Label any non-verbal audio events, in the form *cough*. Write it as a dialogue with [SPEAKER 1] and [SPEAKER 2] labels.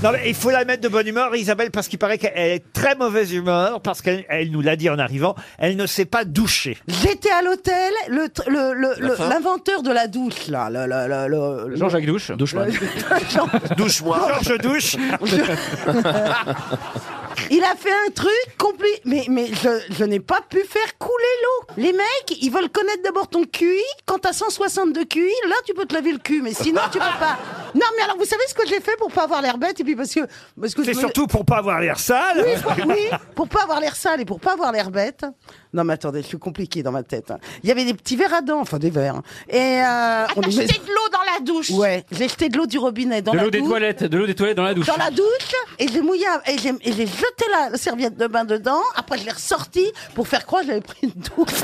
[SPEAKER 1] Non, mais il faut la mettre de bonne humeur, Isabelle, parce qu'il paraît qu'elle est très mauvaise humeur, parce qu'elle elle nous l'a dit en arrivant, elle ne s'est pas douchée.
[SPEAKER 2] J'étais à l'hôtel, le tr- le- le- le-
[SPEAKER 1] fin.
[SPEAKER 2] l'inventeur de la douche, là, le, le- le- le- le-
[SPEAKER 3] Jean-Jacques Douche. Douchman.
[SPEAKER 2] *laughs*
[SPEAKER 1] Douche-moi. Georges Douche.
[SPEAKER 2] il a fait un truc complet, mais, mais je, je n'ai pas pu faire couler l'eau. Les mecs, ils veulent connaître d'abord ton QI, quand t'as 162 QI, là tu peux te laver le cul, mais sinon tu peux pas. Non, mais alors vous savez ce que j'ai fait pour pas avoir l'air bête, et puis parce que... Parce que
[SPEAKER 1] C'est
[SPEAKER 2] je me-
[SPEAKER 1] surtout pour pas avoir l'air sale.
[SPEAKER 2] Oui, pour, oui, pour pas avoir l'air sale et pour pas avoir l'air bête. Non, mais attendez, je suis compliqué dans ma tête. hein. Il y avait des petits verres à dents, enfin des verres. hein. Et euh, on les met-
[SPEAKER 4] Ah, de l'eau dans la douche.
[SPEAKER 2] Ouais, j'ai jeté de l'eau du robinet dans
[SPEAKER 3] De
[SPEAKER 2] la
[SPEAKER 3] l'eau des
[SPEAKER 2] douche.
[SPEAKER 3] toilettes, de l'eau des toilettes dans la douche.
[SPEAKER 2] Dans la douche, et j'ai mouillé, et j'ai, et j'ai jeté la serviette de bain dedans. Après, je l'ai ressortie pour faire croire que j'avais pris une douche.